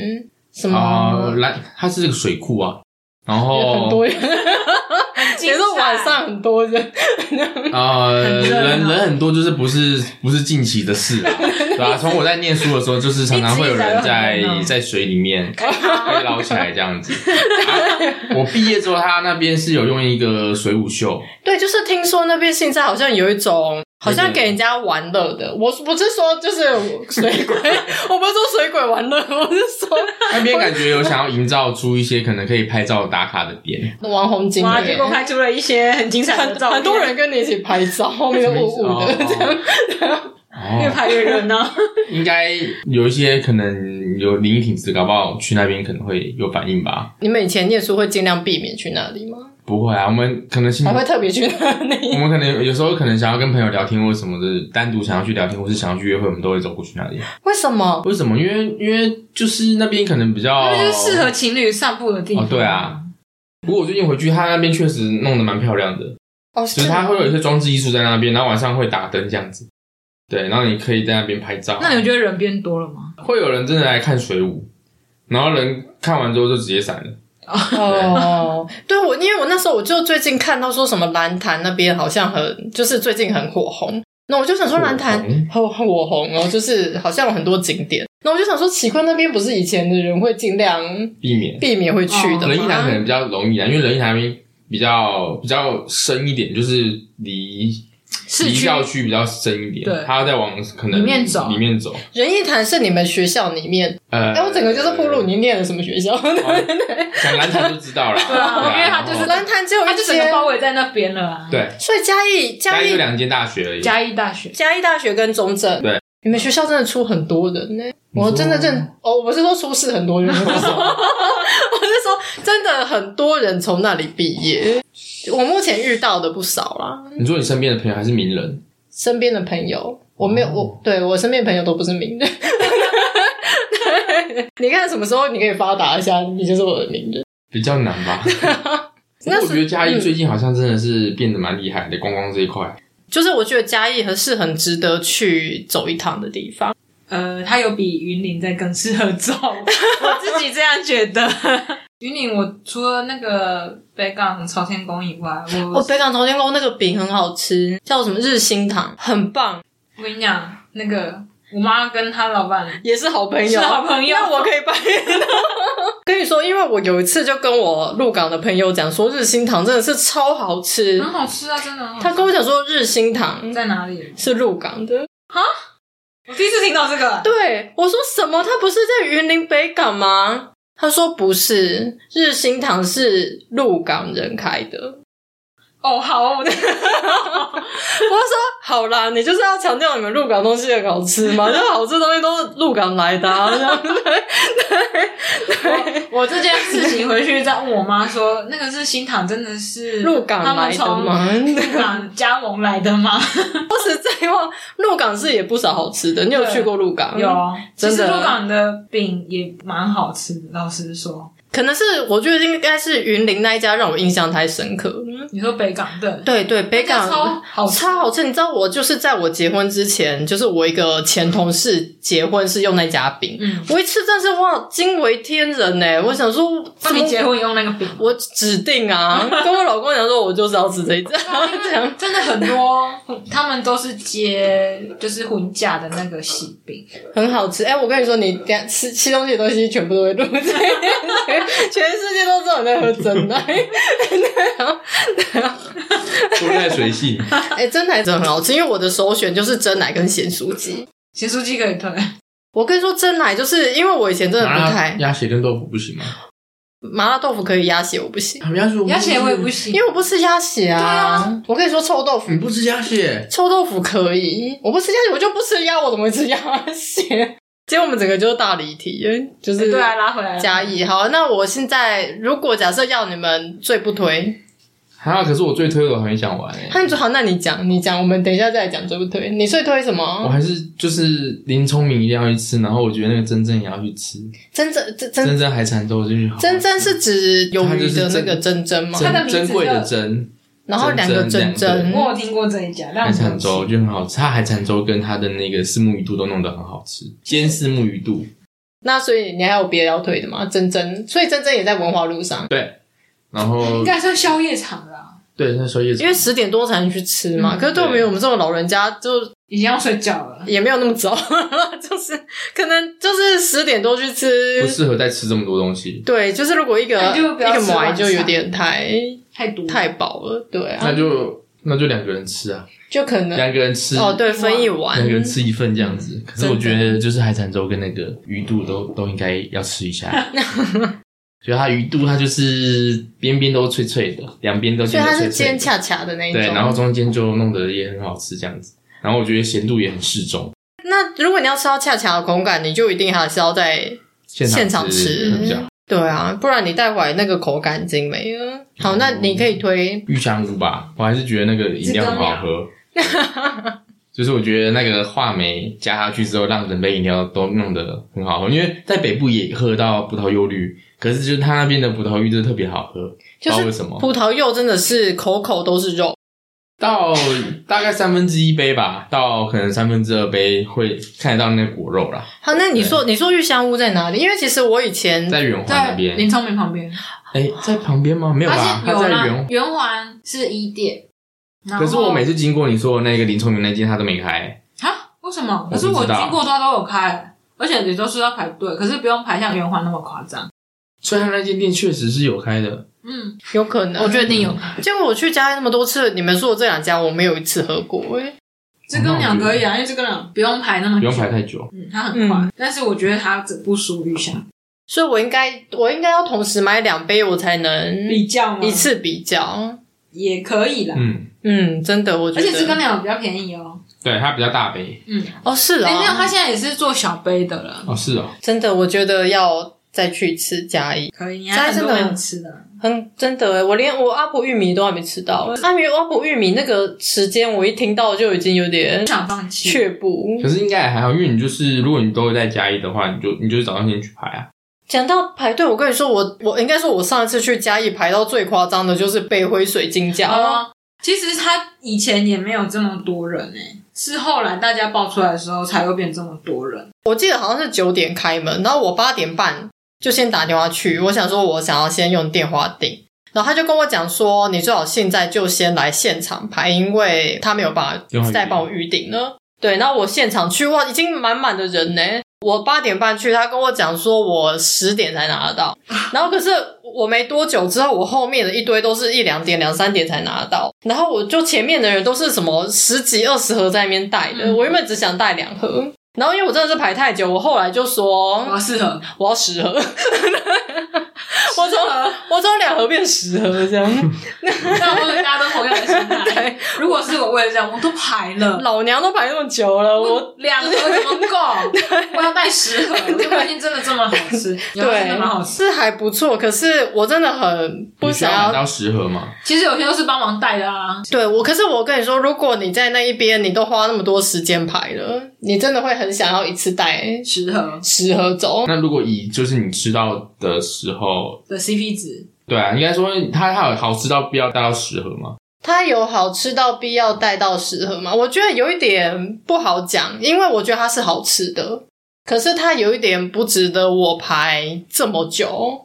A: 什么，
C: 啊！来，它是这个水库啊，然
A: 很
C: 后
A: 多人。
B: 精
A: 你
B: 彩
A: 说晚上很多人，
C: <laughs> 呃，
B: 很热闹
C: 人人很多，就是不是不是近期的 <laughs> 事啊，对吧？从我在念书的时候，就是常常会有人在 <laughs>
B: 一直以来都很热闹
C: 在水里 <laughs> 面被捞起来这样 <laughs> 子。啊我毕业之后，他那边是有用一个水舞秀，
A: 对，就是听说那边现在好像有一种，好像给人家玩乐的。我不是说就是水鬼，我不是说水鬼玩乐，我是说
C: 那边感觉有想要营造出一些可能可以拍照打卡的 <laughs> 点，
A: 网红景
B: 哇，结
A: 点
B: 果。拍出了一些很精彩的
A: 很
B: 照片，
A: 很多人跟你一起拍照，后面雾雾的这样。
B: 越
C: 哦，
B: 拍啊越热闹。
C: 应该有一些可能有灵异体质，搞不好去那边可能会有反应吧。
A: 你们以前念书会尽量避免去那里吗？
C: 不会啊，我们可能心里
A: 还会特别去那里
C: <laughs> 我？们可能有时候可能想要跟朋友聊天或者什么的，单独想要去聊天或是想要去约会，我们都会走过去那里。
A: 为什么？
C: 为什么？因为因为就是那边可能比较
B: 那就是适合情侣散步的地方。
C: 哦哦，对啊。不过我最近回去，他那边确实弄得蛮漂亮的，
A: 哦，
C: 就是它会有一些装置艺术在那边，然后晚上会打灯这样子。对，然后你可以在那边拍照。
B: 那你觉得人变多了吗？
C: 会有人真的来看水舞，然后人看完之后就直接散了。
A: 哦，对我，因为我那时候我就最近看到说什么蓝潭那边好像很，就是最近很火红。那我就想说蓝潭很火红哦，就是好像有很多景点。那我就想说奇坤那边不是以前的人会尽量
C: 避免
A: 避免会去的
B: 哦
C: 仁义
A: 吗
C: 南可？能比较容易啊，因为仁义南那边比较比较深一点，就是离
B: 市
C: 离
B: 区
C: 校区比较深一点，
B: 对
C: 他要再往可能
B: 里面走
C: 里面走。
A: 仁义潭是你们学校里面，
C: 呃，
A: 哎，我整个就是铺路，你念了什么学校？ <laughs>
C: 哦讲蓝潭就知道了，
B: 对啊因为它
C: 然后
B: 就是
A: 蓝潭只有
B: 他
A: 一
B: 就整个
A: 间，
B: 包围在那边了啊。，
C: 对，
A: 所以嘉义
C: 大
A: 嘉
C: 概就
A: 义
C: 两间大学而已。
B: 嘉义大学
A: 嘉义大学跟中正，
C: 对，
A: 你们学校真的出很多人呢、我真的认哦，我不是说出事很多人，我是说 <laughs> 我是说真的很多人从那里毕业，我目前遇到的不少啦，
C: 你说你身边的朋友还是名人，
A: 身边的朋友，我没有，我对我身边的朋友都不是名人。 <laughs> 你看什么时候你可以发达一下，你就是我的名人。
C: 比较难吧？不过
A: 那
C: 我
A: 是
C: 觉得嘉义最近好像真的是变得蛮厉害的，观光这一块。
A: 就是我觉得嘉义很是很值得去走一趟的地方。 <laughs>
B: 呃，它有比云林在更适合走，我自己这样觉得。云岭，我除了那个北港朝天宫以外，我
A: 哦，北港朝天宫那个饼很好吃，叫什么日新堂，很棒，
B: 我跟你讲，那个我妈跟她老板
A: 也是好朋友，
B: 是好朋友
A: 那我可以拜。 <laughs> 跟你说，因为我有一次就跟我入港的朋友讲说，日新堂真的是超好吃。
B: 很好吃啊，真的很好吃。
A: 他跟我讲说，日新堂
B: 在哪里？
A: 是入港的。
B: 我第一次听到这个，
A: 对我说什么？他不是在云林北港吗？他说不是，日新堂是入港人开的。
B: 哦，好哦，我的
A: 我就说好啦，你就是要强调你们鹿港东西很好吃嘛，就好吃的东西都是鹿港来的、 <laughs> 啊，这样
B: <laughs> 我这件事情回去再问我妈说，那个是新塘真的是
A: 鹿港
B: 他们
A: 来的
B: 从
A: 嘛。
B: 鹿
A: <laughs>
B: 港加盟来的吗？
A: 废话，鹿港是也不少好吃的，你有去过鹿港？
B: 有，啊其
A: 嗯真
B: 实
A: 的
B: 鹿港的饼也蛮好吃的，老实说，
A: 可能是我觉得应该是云林那一家让我印象太深刻了。
B: 你说北港的
A: 对对，北港
B: 那家超好吃
A: 超好吃。你知道我就是在我结婚之前，就是我一个前同事结婚是用那家饼，
B: 嗯，
A: 我一吃真是哇惊为天人呢、我想说，
B: 那
A: 怎么
B: 你结婚用那个饼，
A: <laughs> 我指定
B: <laughs>
A: 啊，跟我老公讲说，我就是要吃这一家，这样
B: 哦真的很多，他们都是接就是婚嫁的那个喜饼，
A: 很好吃。哎、我跟你说，你等一下吃吃东西的东西 <laughs> 全部都会录这一集全世界都知道你在喝真奶。
B: <laughs>
C: 说在水系，
A: 哎、真奶真的很好吃，因为我的首选就是真奶跟咸酥鸡。
B: 咸酥鸡可以推，
A: 我跟你说，真奶就是因为我以前真的不太
C: 啊鸭血跟豆腐不行吗？
A: 麻辣豆腐可以鸭血，我不行，
C: 啊鸭血
B: 鸭血我也不
C: 行，
B: 行，
A: 因为我不吃鸭血啊。
B: 啊
A: 我跟你说，臭豆腐
C: 你不吃鸭血，
A: 臭豆腐可以，我不吃鸭血，我就不吃鸭，我怎么会吃鸭血？ <laughs> 结果我们整个就是大离题，就是
B: 对啊，拉回来了。
A: 嘉义，好，那我现在如果假设要你们最不推，
C: 还啊有可是我最推的我还没讲完欸
A: 那你说好，那你讲，你讲，我们等一下再来讲最不推。你最推什
C: 我
A: 么？
C: 还是就是林聪明一定要去吃，然后我觉得那个真正也要去吃，
A: 真真真真
C: 真正海产粥就是好
A: 真真是指鱿鱼的那个
C: 它就是
A: 真真吗？
B: 它的名
C: 珍
B: 字
C: 珍贵
B: 叫
C: 的珍
A: 然后两个真
C: 真真
A: 真，
B: 我有听过这一家，但
C: 海
B: 我没
C: 产
B: 有吃
C: 粥就很好吃，它海产粥跟它的那个四目鱼肚都弄得很好吃，煎四目鱼肚，
A: 那所以你还有别的要推的吗？真真，所以真真也在文化路上，
C: 对，然后
B: 应该算宵夜场啦、
C: 对那时候也
A: 因为十点多才能去吃嘛。
B: 嗯
A: 可是对我们
C: 对
A: 我们这种老人家，就
B: 已经要睡觉了。
A: 也没有那么早， <laughs> 就是可能就是十点多去吃
C: 不，适合再吃这么多东西，
A: 对，就是如果一个
B: 那
A: 一
B: 就不要
A: 个
B: 吃
A: 馍
B: 晚
A: 就有
B: 餐
A: 点太
B: 太毒了
A: 太饱了，对啊，
C: 那就那就两个人吃啊，
A: 就可能
C: 两个人吃
A: 哦，对，嗯分一碗
C: 两个人吃一份这样子。可是我觉得就是海产粥跟那个鱼肚都都应该要吃一下，
A: <laughs>
C: 所以它鱼肚它就是边边都脆脆的，两边都
A: 所以
C: 煎得
A: 它是
C: 脆脆
A: 煎
C: 的
A: 恰恰的那一种。
C: 对，然后中间就弄得也很好吃这样子。然后我觉得咸度也很适中，
A: 那如果你要吃到恰恰的口感，你就一定还是要在
C: 现场
A: 现场吃
C: 会比较好
A: 对啊，不然你带回来那个口感已经没了。好，那你可以推
C: 玉香屋吧，我还是觉得那个饮料很好喝。就是我觉得那个话梅加下去之后，让整杯饮料都弄得很好喝。因为在北部也喝到葡萄柚绿，可是就是它那边的葡萄柚就特别好喝，
A: 就
C: 不知道
A: 是
C: 为什么。
A: 葡萄柚，真的是口口都是肉。
C: 到大概三分之一杯吧，到可能三分之二杯会看得到那个果肉啦，
A: 好，那你说你说玉香屋在哪里？因为其实我以前
C: 在圆环那
B: 在
C: 边。
B: 林聪明旁边，
C: 哎、在旁边吗？没有吧，
B: 它
C: 它
B: 是
C: 在
B: 有啦
C: 圆环。
B: 圆环是一店，然后
C: 可是我每次经过你说的那个林聪明那间，他都没开。
B: 啊，为什么？可
C: 不知
B: 是
C: 道
B: 我经过它都有开，而且也都是要排队，可是不用排像圆环那么夸张。
C: 虽然那间店确实是有开的，
B: 嗯，
A: 有可能，
B: 我觉得一定有开，
A: 结果我去嘉义那么多次，你们说的这两家我没有一次喝过、欸，
B: 知更鸟可以啊，因为知更鸟不用排那么
C: 不
B: 久
C: 用，排太久。
B: 嗯，它很快
A: 嗯。
B: 但是我觉得它只不输玉香，
A: 所以我应该我应该要同时买两杯，我才能
B: 比较吗
A: 一次比较。
B: 也可以啦。
C: 嗯，
A: 嗯，真的，我觉
B: 而
A: 得
B: 且知更鸟比较便宜哦。
C: 对，它比较大杯。
B: 嗯，
A: 哦是
B: 哎，没有，
A: 啊，
B: 它现在也是做小杯的了，
C: 哦，是哦，
A: 真的，我觉得要再去一次嘉义，
B: 可以，你还
A: 嘉义
B: 很
A: 真
B: 多
A: 的
B: 人吃的。
A: 很真的欸，我连我阿婆玉米都还没吃到，阿米阿婆玉米那个时间，我一听到就已经有点
B: 不想放弃，
A: 却步。
C: 可是应该也还好，因为你就是如果你都会在嘉义的话，你就你就早上先去排啊。
A: 讲到排队，我跟你说，我我应该说，我上一次去嘉义排到最夸张的就是北回水晶饺，
B: 哦，其实他以前也没有这么多人诶、是后来大家爆出来的时候才会变这么多人。
A: 我记得好像是九点开门，然后我八点半就先打电话去，我想说我想要先用电话订，然后他就跟我讲说，你最好现在就先来现场排，因为他没有办
C: 电话
A: 法
C: 预
A: 再帮我预定了。对，那我现场去哇，已经满满的人呢。我八点半去，他跟我讲说我十点才拿得到，然后可是我没多久之后，我后面的一堆都是一两点、两三点才拿得到，然后我就前面的人都是什么十几、二十盒在那边带的，
B: 嗯
A: 我原本只想带两盒，然后因为我真的是排太久，我后来就说
B: 我适合，
A: 我要十盒， <laughs> 我
B: 适
A: 从
B: 合。
A: 我从两盒变十盒
C: <laughs>
A: 这样，
B: 那我们大家都同样的 <laughs> 心态。如果是我，我也这样，我都排了，
A: 老娘都排那么久了，我
B: 两盒怎么 <laughs> 够？我要带十盒，我就发现真的这么好吃，有的真的蛮好
A: 对
B: 吃。
A: 是还不错，可是我真的很不
C: 你需要
A: 想
C: 买
A: 要
C: 到十盒吗？
B: 其实有些都是帮忙带的啊，
A: 对我，可是我跟你说，如果你在那一边，你都花那么多时间排了，你真的会很想要一次带
B: 十盒
A: 十盒走。
C: 那如果以就是你吃到的时候，
B: 的 CP 值，
C: 对啊，应该说它它有好吃到必要带到十盒吗？
A: 它有好吃到必要带到十盒吗？我觉得有一点不好讲，因为我觉得它是好吃的，可是它有一点不值得我排这么
C: <laughs>
A: 久。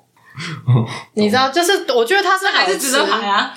A: 你知道，就是我觉得它是
B: 那还是
A: 好
B: 值
A: 吃
B: 得排啊。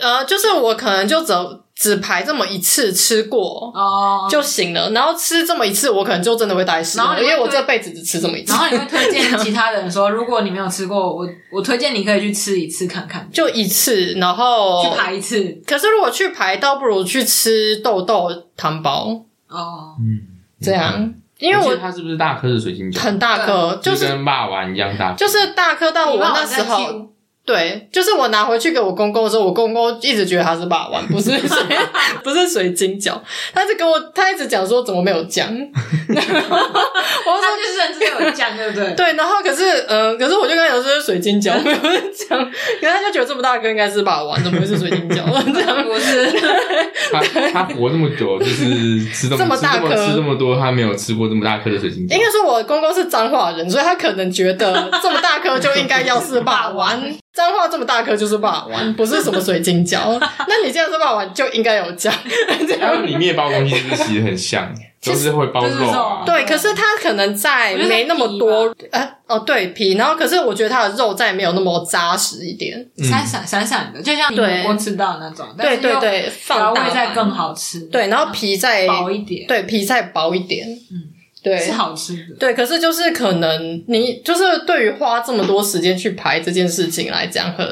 A: 呃，就是我可能就只只排这么一次吃过。
B: 哦，
A: 就行了，然后吃这么一次，我可能就真的会带十盒，
B: 然后你
A: 因
B: 会
A: 为我
B: 对
A: 这辈子只吃这么一次
B: 然。后你会推荐其他人说，如果你没有吃过，我我推荐你可以去吃一次看看，
A: 就一次，然后
B: 去排一次。
A: 可是如果去排，倒不如去吃豆豆汤包
B: 哦，
C: 嗯，
A: 这样，因为
C: 我记得
A: 我
C: 它是不是大颗的水晶饺？
A: 很大颗，就
C: 就是跟霸王一样大颗，
A: 就是大颗到
B: 啊你
A: 我
B: 忘了
A: 那时
B: 在
A: 候。 <laughs>
B: Q
A: 对，就是我拿回去给我公公的时候，我公公一直觉得它是霸王，不是水，
B: <laughs>
A: <laughs> 不是水晶饺，他就跟我，他一直讲说怎么没有酱，
B: 哦，那就是认真的有酱，对不对？
A: <laughs> 对，然啊后可是，嗯、可是我就跟他讲说是水晶饺， <laughs> 没有酱，可是他就觉得这么大颗应该是霸王，怎么会是水晶
B: <laughs>
A: 饺？这样
B: 不是，
C: 它它活那么久，就是吃这么
A: 这么大
C: 吃
A: 颗
C: 吃这么多，它没有吃过这么大颗的水晶
A: 应
C: 饺。
A: 该说，我公公是彰化人，所以他可能觉得这么大颗就应该要是霸王，
B: <laughs>
A: 彰化这么大颗就是霸王，不是什么水晶饺。那你既然是霸王，就应该有酱。这
C: 还有
A: 样
C: 里面包东西就是其实很像，都是会包
B: 就是
C: 肉啊
B: 肉。
A: 对，可是他可能
B: 哦
A: 在
B: 我觉得
A: 没那么多，呃，哦，对皮，然后可是我觉得它的肉在没有那么扎实一点，
C: 嗯
B: 闪闪闪闪的，就像你火
A: 对
B: 锅吃到的那种，
A: 对对
B: 但是又
A: 对，
B: 调
A: 放大
B: 味再
A: 版
B: 更好吃，
A: 对，然后皮再
B: 薄一点，
A: 对皮再薄一点，
B: 嗯
A: 嗯，对，
B: 是好吃的。
A: 对，可是就是可能你就是对于花这么多时间去排这件事情来讲很，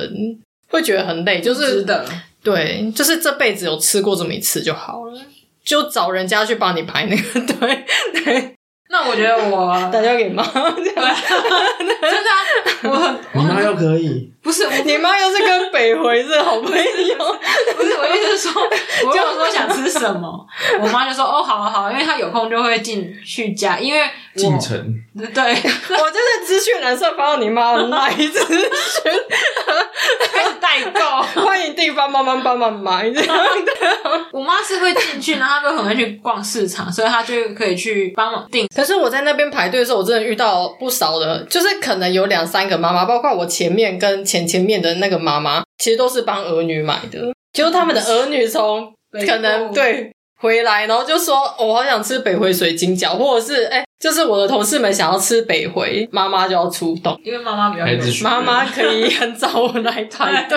A: 会觉得很累，就
B: 值
A: 是
B: 得，
A: 对，就是这辈子有吃过这么一次就好了，就找人家去帮你排那个
B: <laughs>
A: 对，
B: 那我觉得我
A: 打交给妈，
B: <laughs> 真的啊、我很
C: 你妈又可以，
B: 不是我
A: 你妈又是跟北回是好朋友，
B: 不是我意思
A: <laughs>
B: 是说，我就说想吃什么，我妈就说哦，好啊好啊，因为她有空就会进去家，因为我
C: 进城
B: 对开
A: <laughs> 我就在资讯栏上发到你妈的那一资 <laughs> 讯，
B: 始代购。
A: 欢迎地方妈妈帮忙买 <laughs> 这样
B: 我妈是会进去，然后她就很会去逛市场，所以她就可以去帮忙订。
A: 可是我在那边排队的时候，我真的遇到不少的，就是可能有两三个妈妈，包括我前面跟前前面的那个妈妈，其实都是帮儿女买的，就是他们的儿女从
B: 北
A: 可 <laughs> 能
B: 部
A: 对回来，然后就说、哦我好想吃北回水晶饺，或者是哎、就是我的同事们想要吃北回，妈妈就要出动。
B: 因为妈妈比较
C: 孩
B: 有
C: 子，
A: 妈妈可以很早我来排队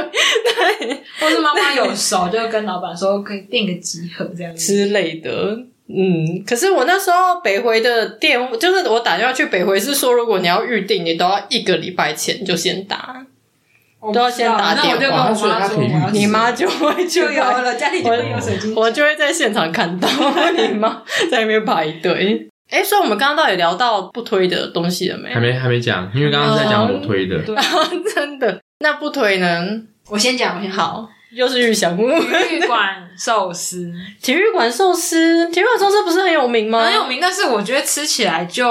B: 或是妈妈有熟，就跟老板说可以订个几盒这样子。
A: 之类的，嗯，可是我那时候北回的店，就是我打电话去北回是说，如果你要预定，你都要一个礼拜前就先打。
B: <laughs> 我
A: 都要先打
B: 那我就跟
A: 电
B: 我
A: 话
B: 妈说，我要
C: 所以她
B: 吃
C: 可以预定
A: 你妈就会去 <laughs>
B: 就有
A: 排，
B: 了，家里就会有水晶。
A: 我就会在现场看到你妈在那边排 <laughs> 队。哎、所以我们刚刚到底聊到不推的东西了没 <laughs>
C: 还？没还没讲，因为刚刚是在讲我推的，
B: 对，
A: 真的，那不推呢？
B: 我先讲，我先好。 <laughs>
A: 好，又是预想
B: 玉馆寿司
A: 体育馆寿司，体育馆寿司不是很有名吗？
B: 很有名，但是我觉得吃起来就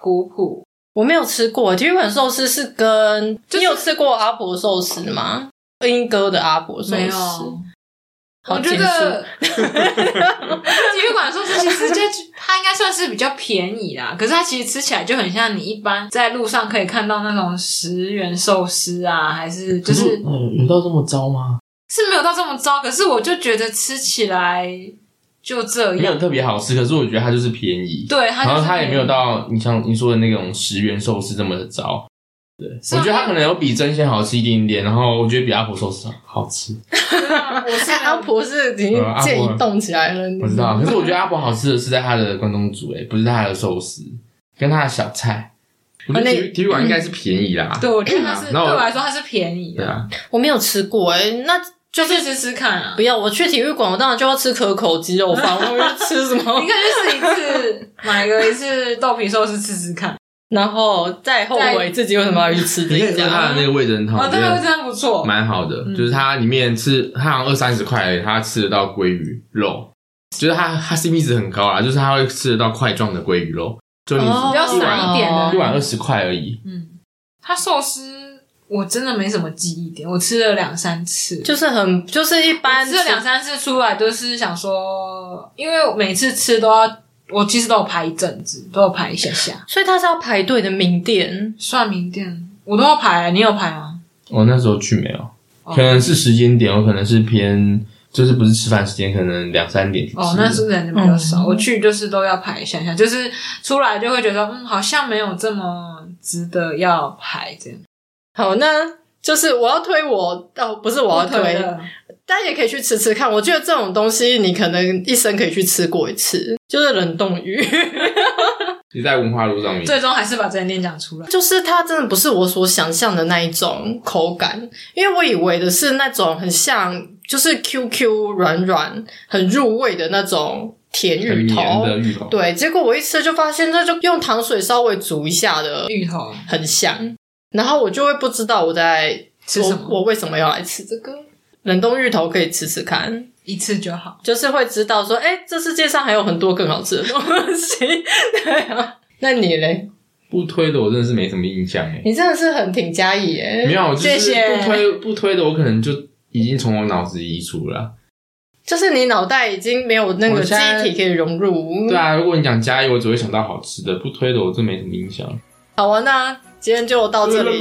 B: 普普。
A: 我没有吃过体育馆寿司是跟、你有吃过阿婆寿司吗？英哥的阿婆寿
B: 没有
A: 司，好
B: 我觉
A: 简述
B: 得体育馆寿司其实就它应该算是比较便宜啦，可是它其实吃起来就很像你一般在路上可以看到那种十元寿司啊，还是就是
C: 嗯，有到这么糟吗？
B: 是没有到这么糟，可是我就觉得吃起来就这
C: 没有
B: 样。
C: 特别好吃，可是我觉得它就是便宜，
B: 对，它
C: 然
B: 就
C: 后
B: 是
C: 它也没有到你像你说的那种十元寿司这么的糟，对，
B: 是
C: 我觉得它可能有比真鲜好吃一点点，然后我觉得比阿婆寿司好吃。
B: 啊我是
A: 哎 <laughs> <laughs> 阿婆是已经
C: 对阿婆
A: 建议动起来了，你
C: 我知道，可是我觉呃得阿婆好吃的是在它的关东煮，哎，不是它的寿司跟它的小菜。我觉得
A: 啊那
C: 体育体育馆应该是便宜啦。
B: 哦嗯对，我觉得它是
C: 那
B: 对
C: 我
B: 我来说它是便宜
C: 对
B: 的，
C: 啊，
A: 我没有吃过哎、那
B: 就是吃吃看啊
A: 不。要我去体育馆，我当然就要吃可口鸡肉饭，我要吃什
B: <laughs>
A: 么
B: 你？可以去试一次，买个一次豆皮寿司吃吃看。
A: 然后再后悔自己为什么要去吃
C: 你可以
A: 这
C: 吃它
A: 家
C: 的。那个味噌汤，
B: 哦，
C: 我觉
B: 对，味噌
C: 得
B: 汤不嗯错。
C: 蛮好的，就是它里面吃，它好像二三十块而已，它吃得到鲑鱼肉，就是它它 CP 值很高啦，就是它会吃得到块状的鲑鱼肉，就你
A: 哦
B: 比较散一点的
C: 一碗二十块而已。
B: 嗯，它寿司我真的没什么记忆点，我吃了两三次，
A: 就是很就是一般
B: 吃了两三次出来，就是想说，因为我每次吃都要，我其实都有排一阵子，都有排一下下。
A: 所以它是要排队的名店。
B: 算名店我都要排，啊你有排吗？
C: 我那时候去没有，
B: 哦
C: 可能是时间点，有可能是偏就是不是吃饭时间，可能两三点去吃。
B: 哦，那是人比较少，
A: 嗯
B: 我去就是都要排一下下，就是出来就会觉得，嗯，好像没有这么值得要排这样。
A: 好，那就是我要推我哦，不是我要推，
B: 了，
A: 大家也可以去吃吃看。我觉得这种东西你可能一生可以去吃过一次，就是冷冻鱼，
C: 你在文化路上面，
B: 最终还是把这间店讲出来。
A: 就是它真的不是我所想象的那一种口感，因为我以为的是那种很像就是 QQ 软软、很入味的那种甜
C: 很
A: 芋
C: 黏
A: 头。
C: 的芋头，
A: 对，结果我一吃就发现，它就用糖水稍微煮一下的
B: 芋头
A: 很像，然后我就会不知道我在
B: 吃什么
A: 我我为什么要来吃这个冷冻芋头，可以吃吃看，
B: 一次就好。
A: 就是会知道说，哎、这世界上还有很多更好吃的东西。 <laughs> 对啊，那你嘞？
C: 不推的我真的是没什么印象哎。
A: 你真的是很挺嘉义耶，
C: 没有，就
B: 谢
C: 是
B: 谢
C: 不推不推的，我可能就已经从我脑子移除了啊。
A: 就是你脑袋已经没有那
C: 我
A: 个机
C: 现在
A: 体可以融入。
C: 对啊，如果你讲嘉义，我只会想到好吃的；不推的，我真没什么印象。
A: 好啊，那今天就到哦这里。
C: <laughs>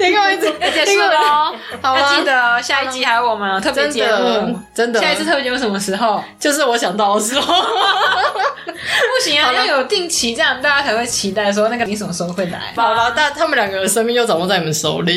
A: 你看我一直，
B: 要结
A: 你
B: 束
A: 看
B: 了
A: 我
B: 哦，
A: 好
B: 要记
A: 啊，
B: 得下一集还有我们哦特别
A: 真
B: 节目
A: 的。真的，
B: 下一次特别节目什么时候？
A: 就是我想到的时候。
B: 不行啊，
A: 好了
B: 要有定期，这样大家才会期待说那个你什么时候会来。
A: <laughs> 好了，但他们两个的生命就掌握在你们手里。 <laughs>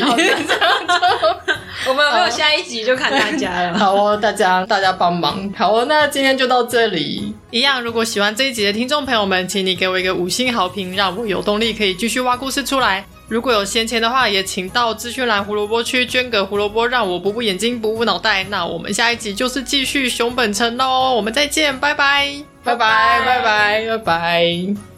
B: 我们有没
A: 好
B: 有下一集就看大家了。
A: 好哦，大家大家帮忙。好哦，那今天就到这里。
D: 一样，如果喜欢这一集的听众朋友们，请你给我一个五星好评，让我有动力可以继续挖故事出来。如果有闲钱的话，也请到资讯栏胡萝卜区捐个胡萝卜，让我补补眼睛，补补脑袋。那我们下一集就是继续熊本城喽，我们再见，拜拜。
A: 拜拜拜拜拜拜。